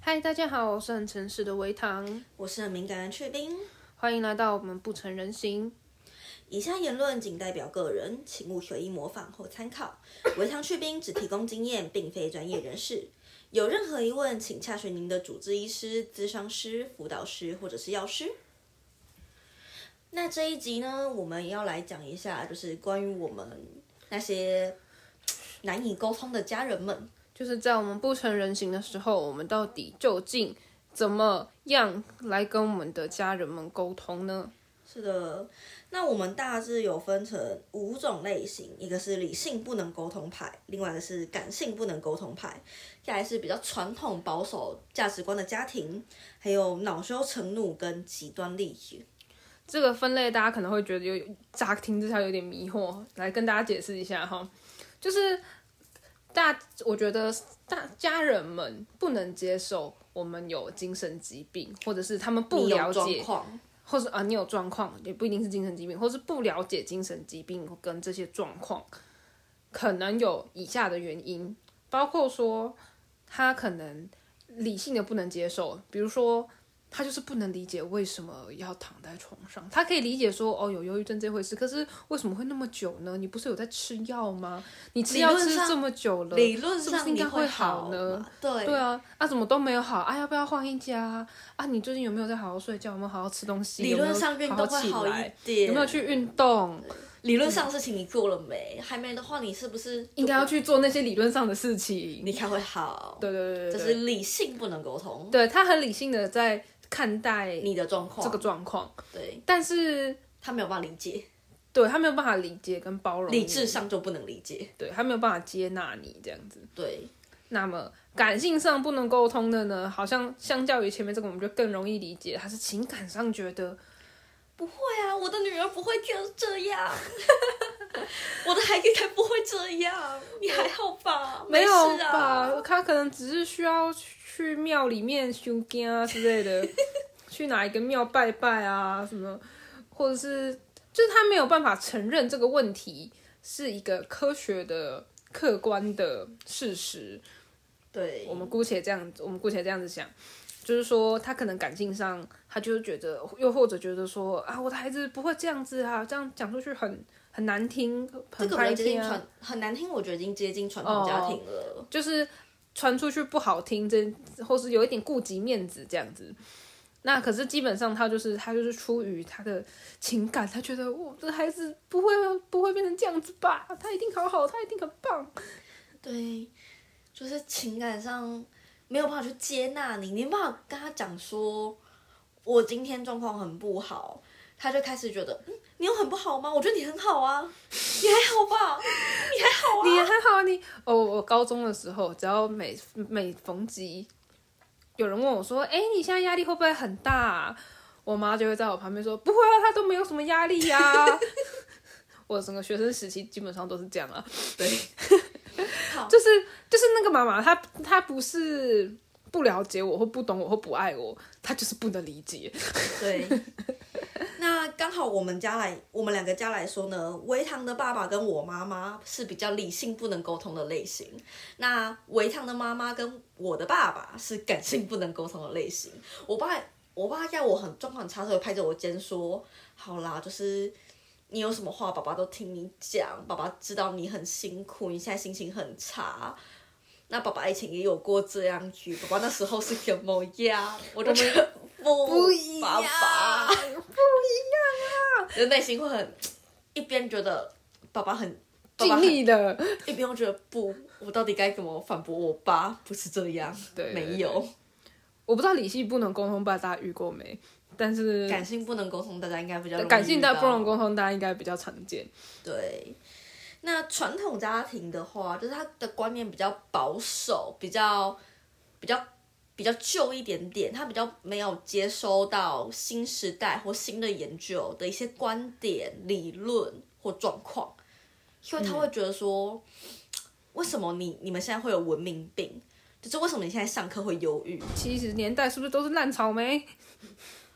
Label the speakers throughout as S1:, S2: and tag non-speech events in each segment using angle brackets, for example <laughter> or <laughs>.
S1: 嗨，大家好，我是很诚实的维糖，
S2: 我是很敏感的去冰。
S1: 欢迎来到我们不成人形。
S2: 以下言论仅代表个人，请勿随意模仿或参考。维糖去冰只提供经验，并非专业人士。有任何疑问，请洽询您的主治医师、咨商师、辅导师或者是药师。那这一集呢，我们要来讲一下，就是关于我们那些难以沟通的家人们。
S1: 就是在我们不成人形的时候，我们到底究竟怎么样来跟我们的家人们沟通呢？
S2: 是的，那我们大致有分成五种类型，一个是理性不能沟通派，另外一个是感性不能沟通派，再来是比较传统保守价值观的家庭，还有恼羞成怒跟极端利己。
S1: 这个分类大家可能会觉得有乍听之下有点迷惑，来跟大家解释一下哈，就是大我觉得大家人们不能接受我们有精神疾病，或者是他们不
S2: 你有
S1: 了
S2: 状
S1: 解
S2: 况，呃
S1: 或是啊，你有状况，也不一定是精神疾病，或是不了解精神疾病跟这些状况，可能有以下的原因，包括说他可能理性的不能接受，比如说他就是不能理解为什么要躺在床上，他可以理解说哦有忧郁症这回事，可是为什么会那么久呢？你不是有在吃药吗？你吃药
S2: 理论
S1: 吃
S2: 上
S1: 这么久
S2: <laughs>
S1: 了，
S2: 理论
S1: 是不
S2: 上
S1: 是应
S2: 你
S1: 该
S2: 会
S1: 好呢
S2: 嘛？对，
S1: 对啊，啊怎么都没有好啊？要不要换一家啊？啊你最近有没有在好好睡觉？有没有好好吃东西？
S2: 理
S1: 有没有
S2: 论上运动
S1: 好
S2: 会
S1: 起
S2: 好一
S1: 来？
S2: 点。
S1: 有没有？嗯去运动？
S2: 理论上的事情你做了没？还没的话，你是不是
S1: 应该要去做那些理论上的事情。
S2: 你才会好？
S1: 对对对对
S2: 这
S1: 对，
S2: 是理性不能沟通，
S1: 对他很理性的在看待
S2: 你的状况，
S1: 这个状况，
S2: 对
S1: 但是
S2: 他没有办法理解。
S1: 对他没有办法理解跟包容你，
S2: 理智上就不能理解。
S1: 对他没有办法接纳你这样子。
S2: 对，
S1: 那么感性上不能沟通的呢，好像相较于前面这个，我们就更容易理解，他是情感上觉得
S2: 不会啊，我的女儿不会这这样，
S1: <laughs>
S2: 我的孩子才不会这样，你还好吧？
S1: 没有
S2: 事
S1: 吧，
S2: 啊，
S1: 他可能只是需要去庙里面修经啊之类
S2: <laughs>
S1: 的，去哪一个庙拜拜啊什么，或者是就是他没有办法承认这个问题是一个科学的、客观的事实。
S2: 对
S1: 我们姑且这样，我们姑且这样子想，就是说他可能感性上，他就是觉得，又或者觉得说啊，我的孩子不会这样子啊，这样讲出去很很难听，
S2: 这
S1: 很
S2: 个我觉
S1: 拍
S2: 得接
S1: 片
S2: 近
S1: 啊。哦
S2: 传很难听，我觉得已经接近传统家庭了。
S1: 就是传出去不好听，这或是有一点顾及面子这样子。那可是基本上他就是他就是出于他的情感，他觉得我的孩子不会不会变成这样子吧？他一定好好，他一定很棒。
S2: 对，就是情感上没有办法去接纳你，你没办法跟他讲说，我今天状况很不好。他就开始觉得，嗯，你有很不好吗？我觉得你很好啊，
S1: <laughs>
S2: 你还好吧？
S1: 你还好，你哦，我高中的时候，只要每每逢集，有人问我说：“哎、你现在压力会不会很大啊、我妈就会在我旁边说：“不会啊，她都没有什么压力呀、 <laughs> 我整个学生时期基本上都是这样啊，
S2: 对，
S1: <laughs> 就是就是那个妈妈，她她不是不了解我或不懂我或不爱我，她就是不能理解。
S2: 对， <laughs> 那刚好我们家来，我们两个家来说呢，维唐的爸爸跟我妈妈是比较理性不能沟通的类型，那维唐的妈妈跟我的爸爸是感性不能沟通的类型。我爸，我爸在我很状况很差的时候，拍着我肩说：“好啦，就是。”你有什么话，爸爸都听你讲。爸爸知道你很辛苦，你现在心情很差。那爸爸以前也有过这样子，爸爸那时候是什么样？我就觉得不
S1: 不一样
S2: 爸爸就内心会很一边觉得爸爸很爸爸
S1: 尽
S2: 很
S1: 力了，
S2: 一边又觉得不，我到底该怎么反驳我爸？不是这样，
S1: 对
S2: 没有
S1: 我不知道理性不能沟通，不知道大家遇过没？但是
S2: 感性不能沟通，大家应该比较容易
S1: 感性
S2: 遇到
S1: 但不能沟通，大家应该比较常见。
S2: 对。那传统家庭的话，就是他的观念比较保守，比较比较比较旧一点点，他比较没有接收到新时代或新的研究的一些观点、理论或状况，所以他会觉得说，为什么你你们现在会有文明病？就是为什么你现在上课会忧郁？
S1: 七十年代是不是都是烂草莓？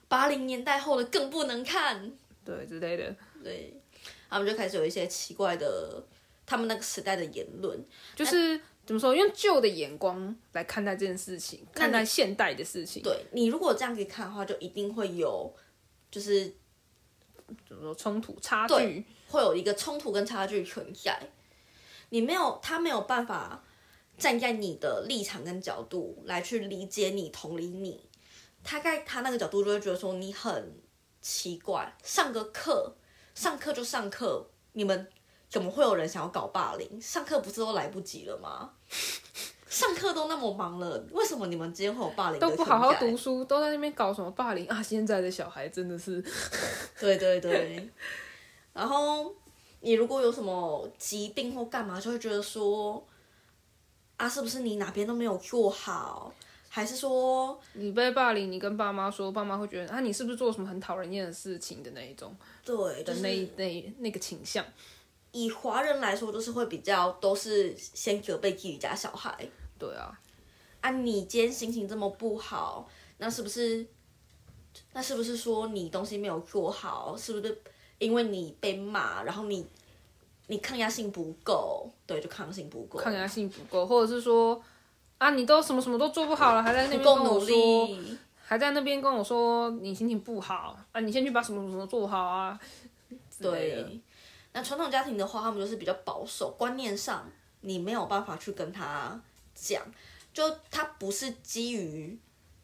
S2: 八零年代后的更不能看，
S1: 对之类的，
S2: 对，他们就开始有一些奇怪的他们那个时代的言论，
S1: 就是怎么说？用旧的眼光来看待这件事情，看待现代的事情，
S2: 对你如果这样去看的话，就一定会有，就是
S1: 怎么说冲突差距？
S2: 会有一个冲突跟差距存在。你没有，他没有办法站在你的立场跟角度来去理解你、同理你。他在他那个角度就会觉得说你很奇怪，上个课上课就上课，你们怎么会有人想要搞霸凌？上课不是都来不及了吗？上课都那么忙了，为什么你们今天会有霸凌？
S1: 都不好好读。书，都在那边搞什么霸凌啊！现在的小孩真的是，
S2: 对对对。 <laughs> 然后你如果有什么疾病或干嘛，就会觉得说，啊，是不是你哪边都没有做好，还是说
S1: 你被霸凌，你跟爸妈说，爸妈会觉得啊，你是不是做什么很讨人厌的事情的那一种
S2: 对，就
S1: 的
S2: 是
S1: 那一那那个倾向？
S2: 以华人来说，就是会比较都是先责备自己家小孩
S1: 对啊，
S2: 啊，你今天心情这么不好，那是不是？那是不是说你东西没有做好？是不是因为你被骂，然后你你抗压性不够？对，就抗压性不够，
S1: 抗压性不够，或者是说啊，你都什么什么都做不好了，还在那边
S2: 不
S1: 跟
S2: 够
S1: 我
S2: 努
S1: 说，
S2: 力。
S1: 还在那边跟我说你心情不好啊，你先去把什么什么什么做好啊。之类的，
S2: 对，那传统家庭的话，他们就是比较保守，观念上你没有办法去跟他讲，就他不是基于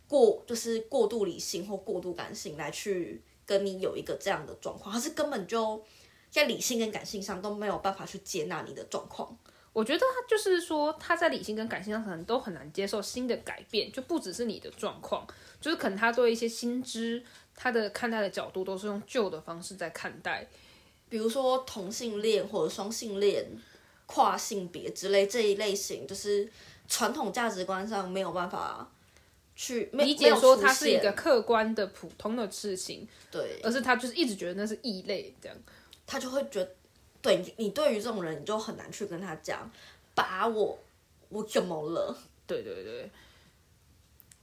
S2: 过就是过度理性或过度感性来去跟你有一个这样的状况，他是根本就在理性跟感性上都没有办法去接纳你的状况。
S1: 我觉得他就是说，他在理性跟感性上可能都很难接受新的改变，就不只是你的状况，就是可能他对一些新知，他的看待的角度都是用旧的方式在看待。
S2: 比如说同性恋或者双性恋、跨性别之类这一类型，就是传统价值观上没有办法去没
S1: 理解说它是一，
S2: 没有
S1: 个
S2: 出现
S1: 客观的普通的事情，
S2: 对，
S1: 而是他就是一直觉得那是异类这样。
S2: 他就会觉得，对你，你对于这种人，你就很难去跟他讲，把我我怎么了？
S1: 对对对，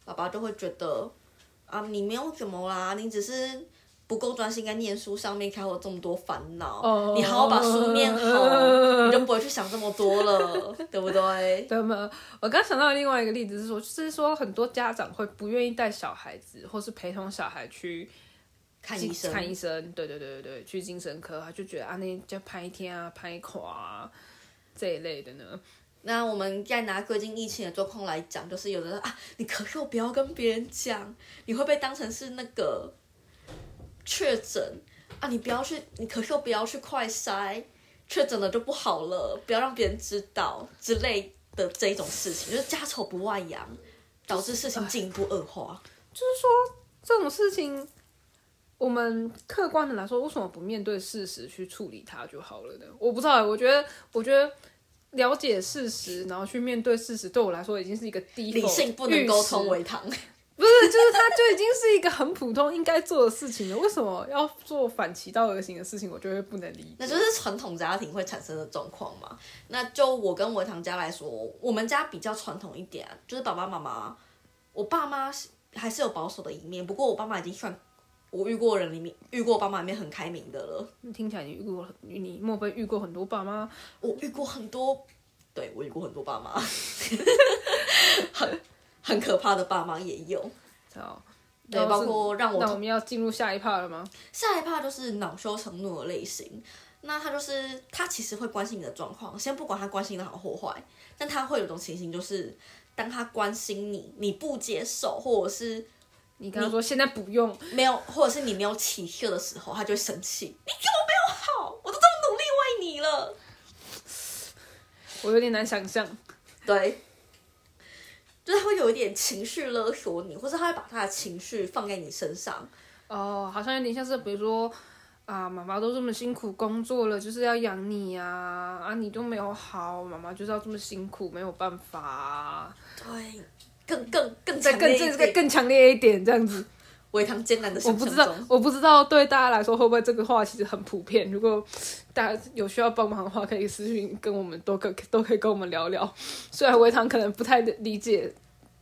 S2: 爸爸就会觉得，啊，你没有怎么啦，你只是不够专心在念书上面，才会有这么多烦恼。
S1: 哦
S2: 你好好把书念好，你就不会去想这么多了，对不对？
S1: 那么我刚想到的另外一个例子是说，就是说很多家长会不愿意带小孩子，或是陪同小孩去
S2: 看医
S1: <laughs>
S2: 生，
S1: 看医生，对对对对对，去精神科，他就觉得啊，那就拍天啊、拍垮啊这一类的呢。
S2: 那我们再拿最近疫情的状况来讲，就是有的人啊，你咳嗽不要跟别人讲，你会被当成是那个确诊啊，你不要去，你咳嗽不要去快筛，确诊了就不好了，不要让别人知道之类的这一种事情，就是家丑不外扬，导致事情进一步恶化。
S1: 这种事情，我们客观的来说，为什么不面对事实去处理它就好了呢？我不知道欸，我觉得，我觉得了解事实，然后去面对事实，对我来说已经是一个低
S2: 理性不能沟通为堂，
S1: 不是，就是它就已经是一个很普通应该做的事情了。为什么要做反其道而行的事情？我就会不能理解。
S2: 那就是传统家庭会产生的状况嘛。那就我跟维堂家来说，我们家比较传统一点、啊，就是爸爸妈妈，我爸妈是还是有保守的一面，不过我爸妈已经算我遇过人里面遇过爸妈里面很开明的了。
S1: 听起来你遇过，你莫非遇过很多爸妈？
S2: 我遇过很多，对我遇过很多爸妈， <laughs> 很很可怕的爸妈也有。
S1: 好，
S2: 对，包括让我
S1: 那我们要进入下一趴了吗？
S2: 下一怕就是恼羞成怒的类型。那他就是他其实会关心你的状况，先不管他关心的好或坏，但他会有一种情形，就是当他关心你，你不接受，或者是
S1: 你刚刚说现在不用，
S2: 没有，或者是你没有起色的时候，他就会生气。你怎么没有好？我都这么努力为你了。
S1: 我有点难想象。
S2: 对，就是他会有一点情绪勒索你，或者他会把他的情绪放在你身上。
S1: 哦，好像有点像是，比如说啊，妈妈都这么辛苦工作了，就是要养你呀、啊，你都没有好，妈妈就是要这么辛苦，没有办法、啊，
S2: 对，更更更
S1: 再
S2: 强
S1: 更
S2: 烈
S1: 这
S2: 一
S1: 个
S2: 点，
S1: 更强烈一点，这样子。
S2: 维唐艰难
S1: 我
S2: 的生
S1: 不
S2: 存
S1: 知
S2: 中。
S1: 道，我不知道对大家来说会不会这个话其实很普遍。如果大家有需要帮忙的话，可以私信跟我们都可都可以跟我们聊聊。虽然维唐可能不太理解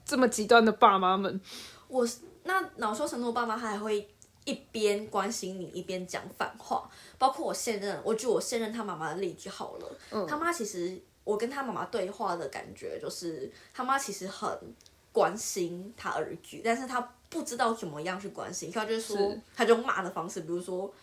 S1: 这么极端的爸妈们，
S2: 我是那恼羞成怒，爸妈他还会一边关心你，一边讲反话。包括我现任，我举我现任他妈妈的例子好了，他妈其实我跟他妈妈对话的感觉，就是他妈其实很关心他儿子，但是他不知道怎么样去关心，他就是说
S1: 是，
S2: 他就用骂的方式，比如说。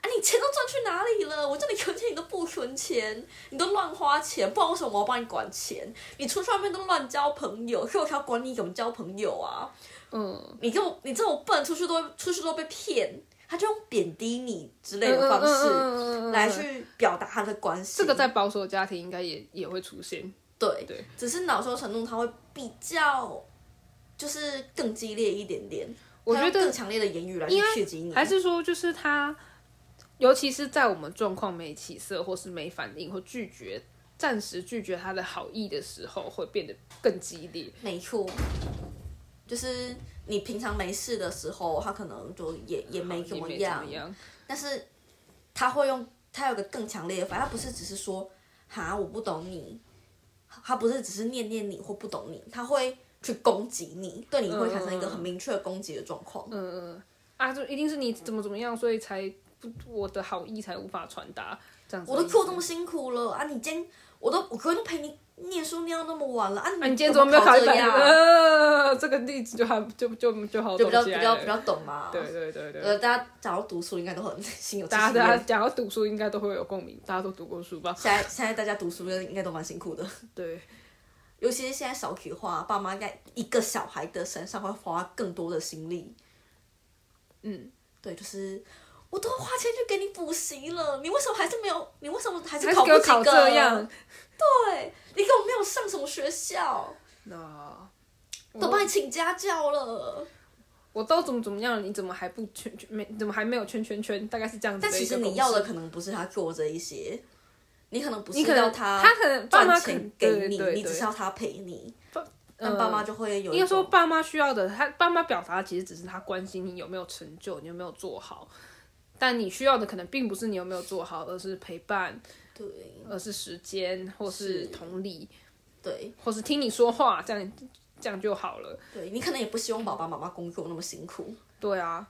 S2: 啊！你钱都赚去哪里了？我叫你存钱，你都不存钱，你都乱花钱，不然为什么我要帮你管钱？你出去外面都乱交朋友，所以我才要管你怎么交朋友啊！
S1: 嗯，
S2: 你这种你这种笨，出去都会出去都被骗，他就用贬低你之类
S1: 嗯
S2: 的方式，
S1: 嗯嗯嗯嗯嗯嗯
S2: 来去表达他的关心。
S1: 这个在保守的家庭应该也也会出现，
S2: 对，
S1: 对
S2: 只是恼羞成怒，他会比较就是更激烈一点点。
S1: 我
S2: 他
S1: 觉
S2: 用
S1: 得
S2: 更强烈的言语来去刺激你，
S1: 还是说就是他，尤其是在我们状况没起色或是没反应或拒绝。暂时拒绝他的好意的时候，会变得更激烈。
S2: 没错，就是你平常没事的时候，他可能就也也没怎
S1: 也
S2: 么
S1: 没
S2: 样，
S1: 怎么样，
S2: 但是他会用他有个更强烈的反应，他不是只是说哈我不懂你，他不是只是念念你或不懂你，他会去攻击你，对你会产生一个很明确的攻击的状况。
S1: 啊，就一定是你怎么怎么样，所以才不我的好意才无法传达这样子。
S2: 我都 Q 这么辛苦了啊！你今天我都我昨天都陪你念书念到那么晚了啊！你
S1: 啊，
S2: 你
S1: 你今天怎么没有考一
S2: 这
S1: 百？
S2: 样？
S1: 呃，这个例子就还就就就好
S2: <laughs> 就
S1: 懂
S2: 比较
S1: 起
S2: 比
S1: 来
S2: 较
S1: 了。
S2: 比较懂嘛。
S1: 啊对对对对，
S2: 呃，大家讲到读书应该都很 <laughs> 心有戚
S1: 大家
S2: 戚
S1: 大
S2: 焉
S1: 家。讲到读书，应该都会有共鸣，大家都读过书吧？
S2: 现在现在大家读书应该都蛮辛苦的， <laughs>
S1: 对，
S2: 尤其是现在少子化，爸妈在一个小孩的身上会花更多的心力。
S1: 嗯，
S2: 对，就是我都花钱去给你补习了，你为什么还是没有？你为什么还是
S1: 还
S2: 考
S1: 是给
S2: 不
S1: 我
S2: 及
S1: 考
S2: 格
S1: 这样？，
S2: 对，你根本没有上什么学校，
S1: 那
S2: 都帮你请家教了。
S1: 我都怎么怎么样了，你怎么还不圈圈没？怎么还没有圈圈圈？大概是这样子
S2: 但
S1: 的一
S2: 其
S1: 个
S2: 实
S1: 公式。
S2: 你要的可能不是他做这一些，你可能不是
S1: 你可
S2: 要
S1: 能他可能爸妈
S2: 赚
S1: 可能
S2: 钱给
S1: 对
S2: 你，
S1: 对
S2: 你只
S1: 对
S2: 是要他陪你，
S1: 嗯
S2: 但爸妈就会有一
S1: 应该说，
S2: 种
S1: 爸妈需要的，他爸妈表达其实只是他关心你有没有成就，你有没有做好。但你需要的可能并不是你有没有做好，而是陪伴，
S2: 对
S1: 而是时间，或是
S2: 是
S1: 同理，
S2: 对
S1: 或是听你说话，这样这样就好了。
S2: 对，你可能也不希望爸爸妈妈工作那么辛苦。
S1: 对啊，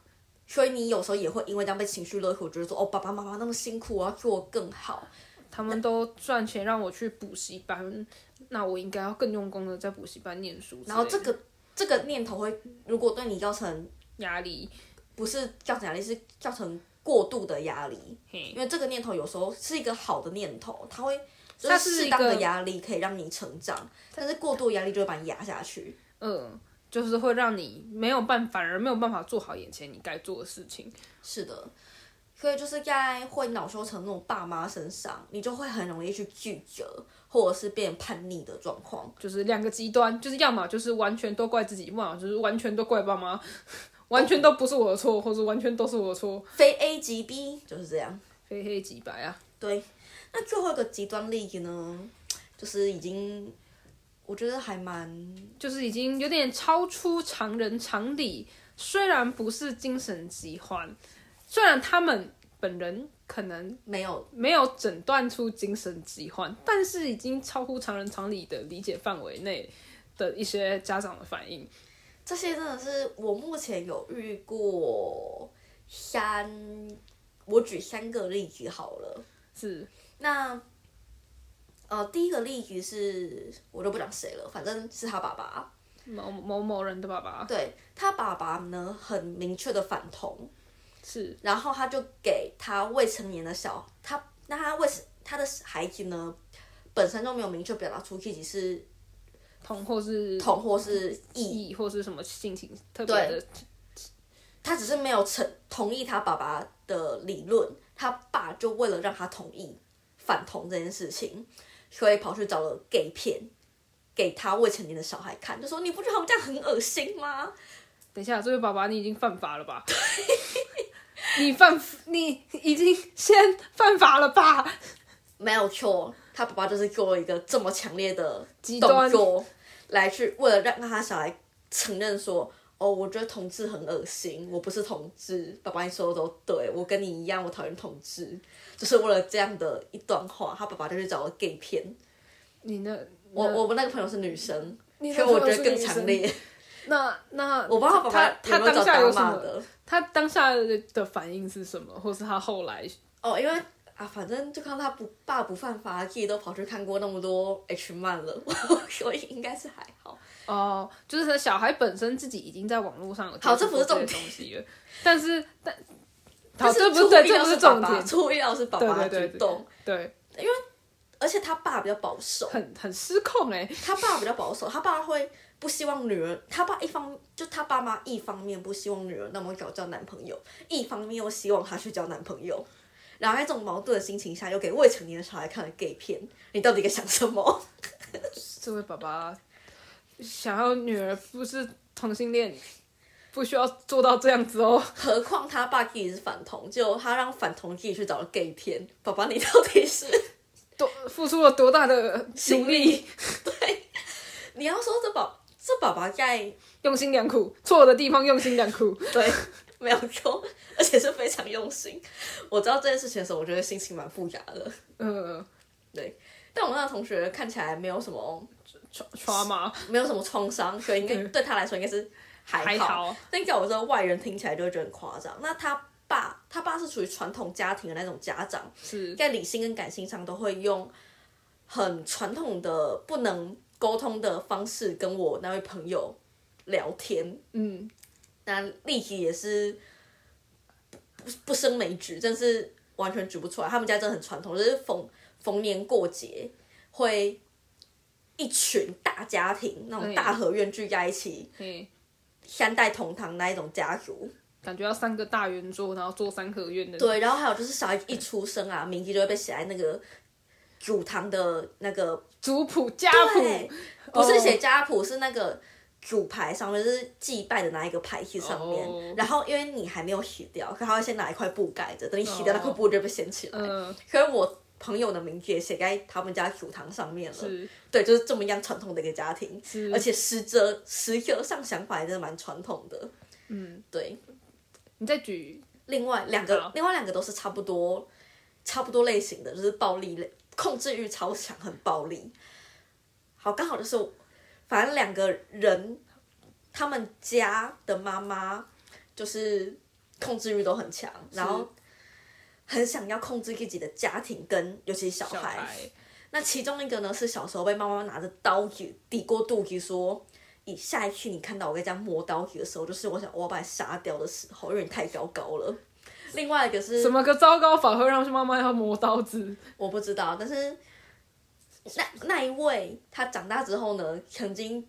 S2: 所以你有时候也会因为这样被情绪勒索，觉得说哦，爸爸妈妈那么辛苦，我要做更好。
S1: 他们都赚钱让我去补习班，那我应该要更用功的在补习班念书之类的。
S2: 然后这个这个念头会，如果对你造成
S1: 压力，
S2: 不是造成压力，是造成过度的压力。
S1: 嘿，
S2: 因为这个念头有时候是一个好的念头，它会就
S1: 它
S2: 是
S1: 是
S2: 适
S1: 一
S2: 当
S1: 个
S2: 的压力可以让你成长，但是过度压力就会把你压下去。
S1: 嗯，就是会让你没有办，反而没有办法做好眼前你该做的事情。
S2: 是的，所以就是在会恼羞成怒爸妈身上，你就会很容易去拒绝，或者是变叛逆的状况。
S1: 就是两个极端，就是要么就是完全都怪自己，要么就是完全都怪爸妈， <laughs> 完全都不是我的错，或者完全都是我的错，
S2: 非 A 即 B 就是这样。
S1: 非黑即白啊。
S2: 对，那最后一个极端例子呢，就是已经我觉得还蛮
S1: 就是已经有点超出常人常理。虽然不是精神疾患，虽然他们本人可能
S2: 没有
S1: 没有诊断出精神疾患，但是已经超乎常人常理的理解范围内的一些家长的反应。
S2: 这些真的是我目前有遇过三，我举三个例子好了。
S1: 是，
S2: 那呃，第一个例子是我都不讲谁了，反正是他爸爸。
S1: 某某某人的爸爸
S2: 对他爸爸呢，很明确的反同，
S1: 是
S2: 然后他就给他未成年的小他，那他未成他的孩子呢，本身就没有明确表达出自己是
S1: 同或是
S2: 同或是异，
S1: 意或是什么性情特别的
S2: 他只是没有承同意他爸爸的理论，他爸就为了让他同意反同这件事情，所以跑去找了 gay 片给他未成年的小孩看，就说你不觉得他们这样很恶心吗？
S1: 等一下，这位爸爸，你已经犯法了吧？ <laughs> 你犯，你已经先犯法了吧？
S2: 没有错，他爸爸就是做了一个这么强烈的
S1: 极
S2: 动
S1: 端
S2: 作，来去为了让让他小孩承认说。哦，我觉得同志很恶心，我不是同志。爸爸，你说的都对，我跟你一样，我讨厌同志。就是为了这样的一段话，他爸爸就去找了 gay 片，
S1: 你那
S2: 我我们那个朋友是女生，
S1: 你
S2: 所以我觉得更强烈。
S1: 那那
S2: 我不知道爸爸
S1: 他他
S2: 有没
S1: 当
S2: 有找
S1: 下有
S2: 打
S1: 什
S2: 骂
S1: 么？
S2: 的
S1: 他当下的反应是什么，或是他后来
S2: 哦，因为啊，反正就看他不爸不犯法，自己都跑去看过那么多 H 漫了， <laughs> 我所以应该是还好。
S1: 哦，就是他小孩本身自己已经在网络上有
S2: 好这不是
S1: 接触
S2: 重
S1: 过
S2: 点
S1: 些东西了，但是但好，
S2: <laughs> 但
S1: 这不是
S2: 出
S1: 对，
S2: 意
S1: 这
S2: 料
S1: 不
S2: 是
S1: 重
S2: 爸爸 <laughs>
S1: 点，
S2: 出意料是爸
S1: 对
S2: 爸
S1: 对对
S2: 的
S1: 对
S2: 举动，
S1: 对，
S2: 而且他爸比较保守，
S1: 很很失控哎、
S2: 他爸比较保守，他爸会不希望女儿，他爸一方就他爸妈一方面不希望女儿那么早交男朋友，一方面又希望她去交男朋友，然后在这种矛盾的心情下，又给未成年的小孩看了 gay 片，你到底在想什么？ <laughs>
S1: 这位爸爸想要女儿不是同性恋，不需要做到这样子哦。
S2: 何况他爸自己是反同，就他让反同自己去找了 gay 片，爸爸你到底是？ <laughs>
S1: 多付出了多大的努
S2: 心
S1: 力
S2: 力，你要说这爸这爸爸在
S1: 用心良苦，错的地方用心良苦。
S2: 对，没有错，而且是非常用心。我知道这件事情的时候，我觉得心情蛮复杂的。
S1: 呃，
S2: 但我那个同学看起来没有什么，
S1: 刷刷吗？
S2: 没有什么创伤，所以应该对他来说应该是还
S1: 嗯还好，
S2: 但在我这外人听起来就会觉得很夸张。那他爸，他爸是属于传统家庭的那种家长，
S1: 是
S2: 在理性跟感性上都会用很传统的不能沟通的方式跟我那位朋友聊天。
S1: 嗯，
S2: 那立即也是不不不胜枚举，真是完全举不出来。他们家真的很传统，就是逢逢年过节会一群大家庭那种
S1: 对
S2: 大合院聚在一起，
S1: 嘿，
S2: 三代同堂那一种家族。
S1: 感觉要三个大圆桌，然后做三合院的。
S2: 对，然后还有就是小孩一出生啊，名字就会被写在那个祖堂的那个
S1: 族谱家
S2: 对
S1: 谱，
S2: 不是写家谱，是那个主牌上面，就是祭拜的那一个牌子上面。
S1: 哦
S2: 然后因为你还没有洗掉，可他会先拿一块布盖着，等你洗掉那块布就被掀起来。
S1: 嗯，
S2: 可是我朋友的名字也写在他们家主堂上面了。
S1: 是
S2: 对，就是这么样传统的一个家庭，
S1: 是
S2: 而且实则实则上想法还真的蛮传统的。
S1: 嗯，
S2: 对，
S1: 你再举
S2: 另外两
S1: 好
S2: 个，另外两个都是差不多，差不多类型的，就是暴力类，控制欲超强，很暴力。好，刚好就是，反正两个人，他们家的妈妈就是控制欲都很强，然后很想要控制自己的家庭跟尤其是小
S1: 小
S2: 孩。
S1: 孩，
S2: 那其中一个呢，是小时候被妈妈拿着刀子抵过肚子说。以下一次你看到我在这样摸刀子的时候，就是我想我要把你杀掉的时候，因为你太糟糕了。另外一个是
S1: 怎么个糟糕法会让妈妈要磨刀子？
S2: 我不知道，但是那那一位他长大之后呢，曾经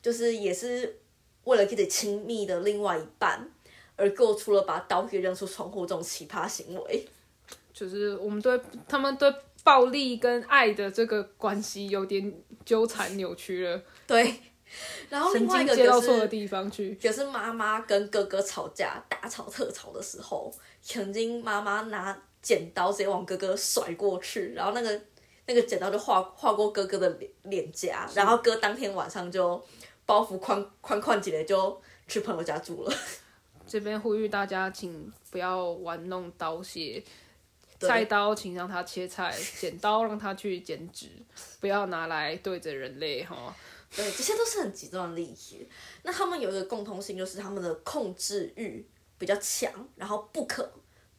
S2: 就是也是为了自己亲密的另外一半而做出了把刀给扔出窗户这种奇葩行为。
S1: 就是我们对他们对暴力跟爱的这个关系有点纠缠扭曲了，
S2: <laughs> 对， <laughs> 然后哦另
S1: 神
S2: 外一
S1: 经
S2: 个
S1: 接到
S2: 就
S1: 错的
S2: 是
S1: 地方去。
S2: 也是妈妈跟哥哥吵架，大吵特吵的时候，曾经妈妈拿剪刀直接往哥哥甩过去，然后那个 <laughs> 那个剪刀就划划过哥哥的脸脸颊，然后哥当天晚上就包袱宽宽宽起来就去朋友家住了。
S1: 这边呼吁大家，请不要玩弄刀械，
S2: 对
S1: 菜刀请让它切菜，剪刀让它去剪纸，不要拿来对着人类哈。
S2: <laughs> 对，这些都是很极端的例子。那他们有一个共通性，就是他们的控制欲比较强，然后不可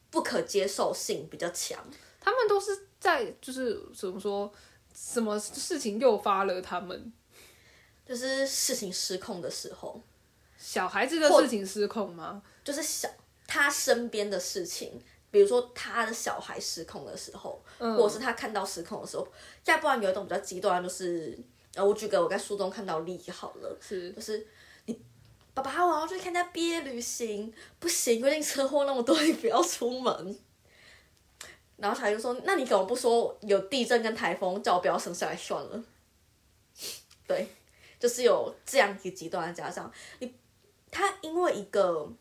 S2: 不可接受性比较强。
S1: 他们都是在就是怎么说，什么事情诱发了他们？
S2: 就是事情失控的时候，
S1: 小孩子的事情失控吗？
S2: 就是小他身边的事情，比如说他的小孩失控的时候，或者是他看到失控的时候，要不然有一种比较极端，就是呃，我举个我在书中看到的例子好了，
S1: 是
S2: 就是你爸爸，我要去参加毕业旅行，不行，最近车祸那么多，你 <laughs> 不要出门。然后他就说：“那你怎么不说有地震跟台风，叫我不要生下来算了？” <laughs> 对，就是有这样子极端的家长，你他因为一个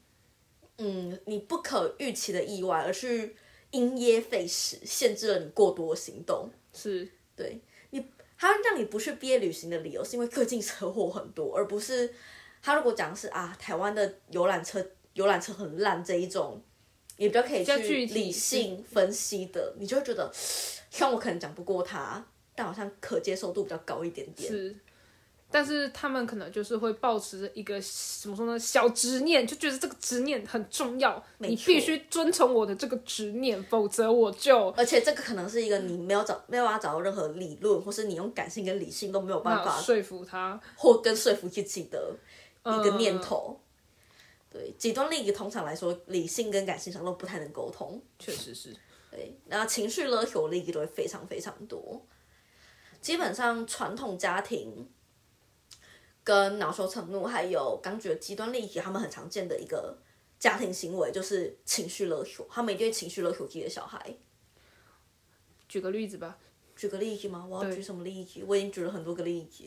S2: 嗯你不可预期的意外而去因噎废食，限制了你过多的行动。
S1: 是，
S2: 对你，他让你不去毕业旅行的理由是因为最近车祸很多，而不是他如果讲是啊，台湾的游览车游览车很烂这一种，也比较可以
S1: 较具
S2: 去
S1: 体
S2: 理性分析的，你就会觉得，虽然我可能讲不过他，但好像可接受度比较高一点点。
S1: 是，但是他们可能就是会抱持一个怎么说呢，小执念，就觉得这个执念很重要，
S2: 没
S1: 你
S2: 错
S1: 必须遵从我的这个执念，否则我就
S2: 而且这个可能是一个你没有找没有办法找到任何理论，或是你用感性跟理性都没有办
S1: 那
S2: 法
S1: 啊说服他。
S2: 或跟说服自己的一个念
S1: 嗯
S2: 头。对，极端利益通常来说，理性跟感性上都不太能沟通。
S1: 确实是，
S2: 对，然后情绪勒索利益都会非常非常多。基本上传统家庭跟恼羞成怒还有刚觉极端利益，他们很常见的一个家庭行为就是情绪勒索，他们一定会情绪勒索自己的小孩。
S1: 举个例子吧，
S2: 举个例子吗？我要
S1: 对
S2: 举什么例子？我已经举了很多个例子，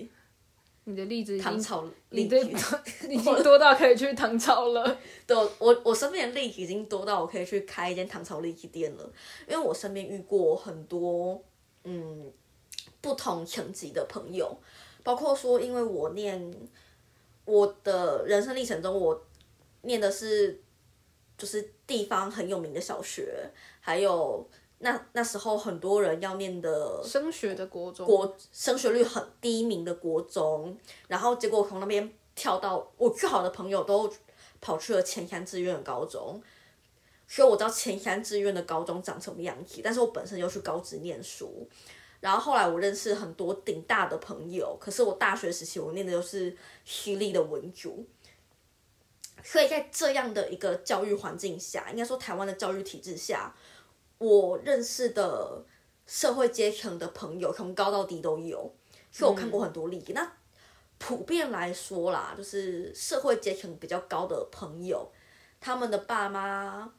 S1: 你的例子已
S2: 唐
S1: 经
S2: 朝例
S1: 你
S2: 子
S1: 对 <laughs> 已经多到可以去唐朝
S2: <laughs>
S1: 了。
S2: 对，我我身边的例子已经多到我可以去开一间唐朝栗子店了，因为我身边遇过很多嗯不同层级的朋友，包括说因为我念我的人生历程中，我念的是就是地方很有名的小学，还有那那时候很多人要念的
S1: 升学的国中，
S2: 国升学率很低迷的国中，然后结果从那边跳到我最好的朋友都跑去了前三志愿的高中，所以我知道前三志愿的高中长什么样子，但是我本身又去高职念书，然后后来我认识很多顶大的朋友，可是我大学时期我念的又是犀利的文组。所以在这样的一个教育环境下，应该说台湾的教育体制下，我认识的社会阶层的朋友，从高到低都有，所以我
S1: 嗯
S2: 看过很多例子。那普遍来说啦，就是社会阶层比较高的朋友，他们的爸妈，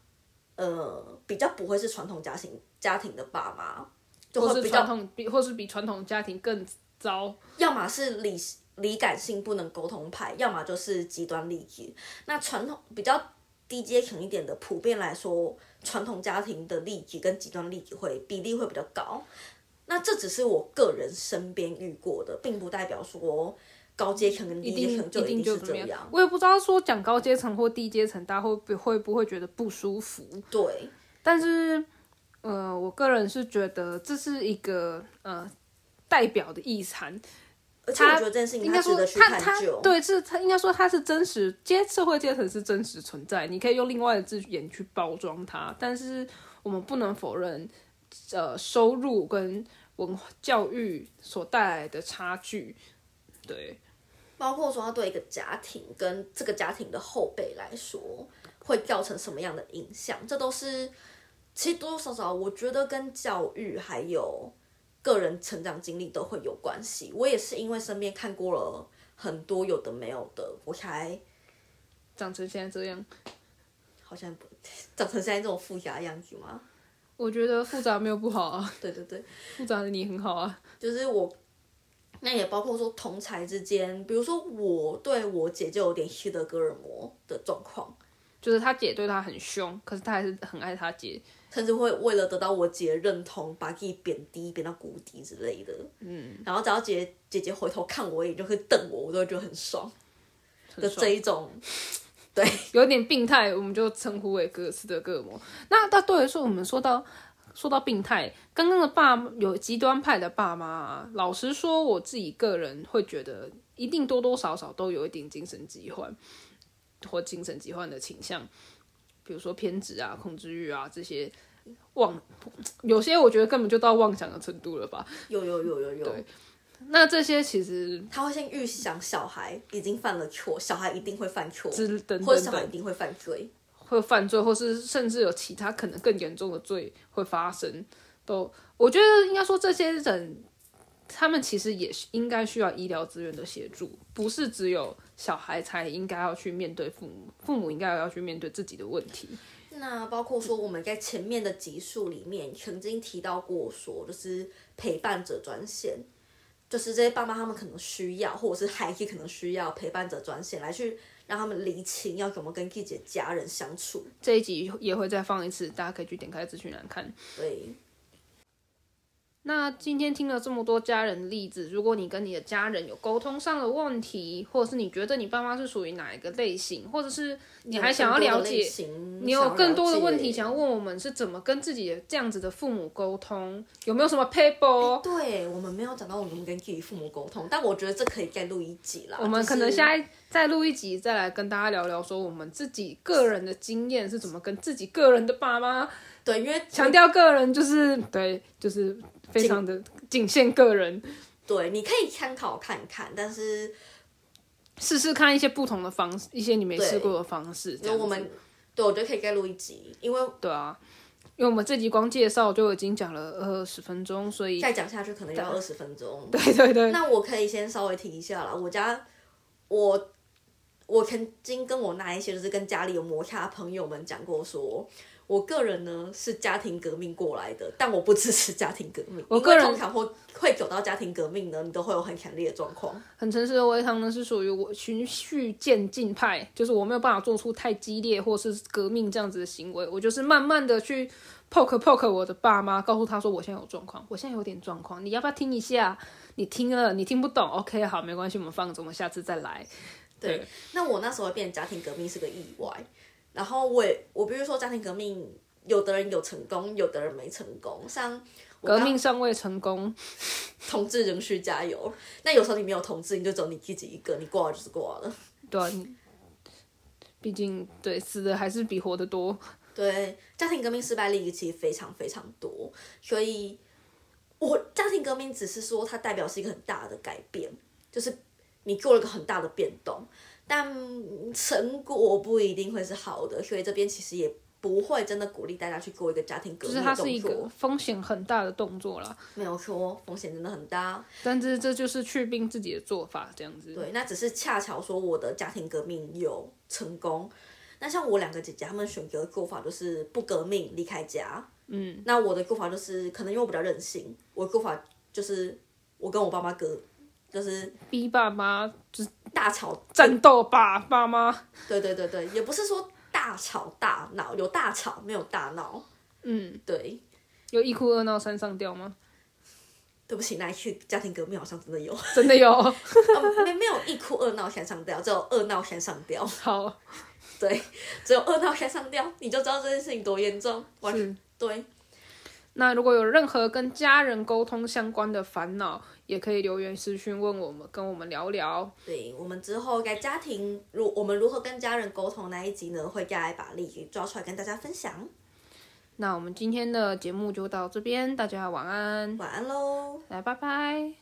S2: 呃，比较不会是传统家庭家庭的爸妈，就
S1: 或
S2: 会
S1: 是
S2: 比较
S1: 传统比，或是比传统家庭更糟。
S2: 要么是理理感性不能沟通派，要么就是极端利益。那传统比较低阶层一点的，普遍来说，传统家庭的利益跟极端利益会比例会比较高。那这只是我个人身边遇过的，并不代表说高阶层跟低
S1: 一定
S2: 阶层就
S1: 定
S2: 定
S1: 就是怎
S2: 这
S1: 么我也不知道说讲高阶层或低阶层，大家会不会不会觉得不舒服？
S2: 对，
S1: 但是，呃，我个人是觉得这是一个呃代表的意涵，
S2: 而且我觉得这件事情
S1: 应
S2: 它
S1: 该
S2: 值
S1: 说
S2: 得去
S1: 它它
S2: 探究。
S1: 对，是它应该说它是真实阶社会阶层是真实存在，你可以用另外的字眼去包装它，但是我们不能否认，呃，收入跟文化教育所带来的差距，对，
S2: 包括说，他对一个家庭跟这个家庭的后辈来说，会造成什么样的影响，这都是其实多多少少，我觉得跟教育还有个人成长经历都会有关系。我也是因为身边看过了很多有的没有的，我才
S1: 长成现在这样，
S2: 好像不长成现在这种复杂的样子嘛。
S1: 我觉得复杂没有不好啊，
S2: 对对对，
S1: 复杂的你很好啊，
S2: 就是我，那也包括说同才之间，比如说我对我姐就有点希德格尔摩的状况。
S1: 就是他姐对他很凶，可是他还是很爱他姐，
S2: 甚至会为了得到我姐认同，把自己贬低、贬到谷底之类的。嗯，然后只要姐姐姐回头看我一眼，就会瞪我，我都会觉得很爽
S1: 很
S2: 的
S1: 爽
S2: 这一种。
S1: 有点病态，我们就称呼为哥斯德哥尔摩。那那对于说我们说到说到病态，刚刚的爸有极端派的爸妈、啊，老实说，我自己个人会觉得，一定多多少少都有一点精神疾患或精神疾患的倾向，比如说偏执啊、控制欲啊这些。妄，有些我觉得根本就到妄想的程度了吧？
S2: 有有有有有，
S1: 那这些其实
S2: 他会先预想小孩已经犯了错，小孩一定会犯错，
S1: 之等等
S2: 或者小
S1: 等
S2: 孩一定会犯罪。
S1: 会犯罪，或是甚至有其他可能更严重的罪会发生，都我觉得应该说这些人，他们其实也是应该需要医疗资源的协助，不是只有小孩才应该要去面对父母，父母应该要去面对自己的问题。
S2: 那包括说我们在前面的集数里面曾经提到过说，就是陪伴者专线，就是这些爸妈他们可能需要，或者是孩子可能需要陪伴者专线来去让他们厘清要怎么跟自己的家人相处。
S1: 这一集也会再放一次，大家可以去点开资讯栏看。
S2: 对，
S1: 那今天听了这么多家人的例子，如果你跟你的家人有沟通上的问题，或者是你觉得你爸妈是属于哪一个类型，或者是你还想要了解，
S2: 你
S1: 你有更多的问题想要问我们是怎么跟自己的这样子的父母沟通，有没有什么 paper？
S2: 哎对我们没有讲到我们怎么跟自己父母沟通，但我觉得这可以再录一集啦。
S1: 我们
S2: 啊就是
S1: 可能下一再录一集，再来跟大家聊聊说我们自己个人的经验是怎么跟自己个人的爸妈
S2: 对，因为
S1: 强调个人，就是对，就是非常的仅限个人，
S2: 对，你可以参考看看，但是
S1: 试试看一些不同的方式，一些你没试过的方式。这样子
S2: 我们对我觉得可以再录一集，因为
S1: 对啊，因为我们这集光介绍就已经讲了二十分钟，所以
S2: 再讲下去可能要二十分钟。
S1: 对对对，
S2: 那我可以先稍微提一下啦，我家我我曾经跟我那一些就是跟家里有摩擦的朋友们讲过说，我个人呢是家庭革命过来的，但我不支持家庭革命。
S1: 我个人
S2: 因为通常会会走到家庭革命呢，你都会有很强烈的状况。
S1: 很诚实的微糖呢是属于我循序渐进派，就是我没有办法做出太激烈或是革命这样子的行为，我就是慢慢的去 poke poke 我的爸妈，告诉他说我现在有状况，我现在有点状况，你要不要听一下？你听了你听不懂，OK，好，没关系，我们放着，我们下次再来。对，
S2: 那我那时候会变成家庭革命是个意外，然后我也我比如说家庭革命，有的人有成功，有的人没成功，像。
S1: 革命尚未成功，
S2: 同志仍需加油。那有时候你没有同志，你就只有你自己一个，你挂了就是挂了。
S1: 对啊，你毕竟对死的还是比活的多。
S2: 对，家庭革命失败例其实非常非常多，所以我家庭革命只是说它代表是一个很大的改变，就是你做了一个很大的变动，但成果不一定会是好的，所以这边其实也不会真的鼓励大家去做一个家庭革
S1: 就
S2: 命
S1: 是
S2: 的
S1: 它
S2: 动作，
S1: 是一个风险很大的动作啦，
S2: 没有错，风险真的很大。
S1: 但是这就是去病自己的做法，这样子。
S2: 对，那只是恰巧说我的家庭革命有成功。那像我两个姐姐，她们选择的做法就是不革命离开家。嗯，那我的做法就是，可能因为我比较任性，我的做法就是我跟我爸妈隔，就是
S1: 逼爸妈
S2: 大吵。
S1: 战斗吧，爸妈。
S2: 对对对对，也不是说大吵大闹，有大吵没有大闹。
S1: 嗯，
S2: 对，
S1: 有一哭二闹三上吊吗？
S2: 对不起，那一次家庭革命好像真的有， <laughs>
S1: 真的 <laughs> 有。
S2: 啊、没没有一哭二闹三上吊，只有二闹三上吊。
S1: 好，
S2: 对，只有二闹三上吊，你就知道这件事情多严重。完全
S1: 是。
S2: 对。
S1: 那如果有任何跟家人沟通相关的烦恼，也可以留言私讯问我们，跟我们聊聊。
S2: 对我们之后在家庭如我们如何跟家人沟通那一集呢，会再来把例子抓出来跟大家分享。
S1: 那我们今天的节目就到这边，大家晚安，
S2: 晚安喽。
S1: 来，拜拜。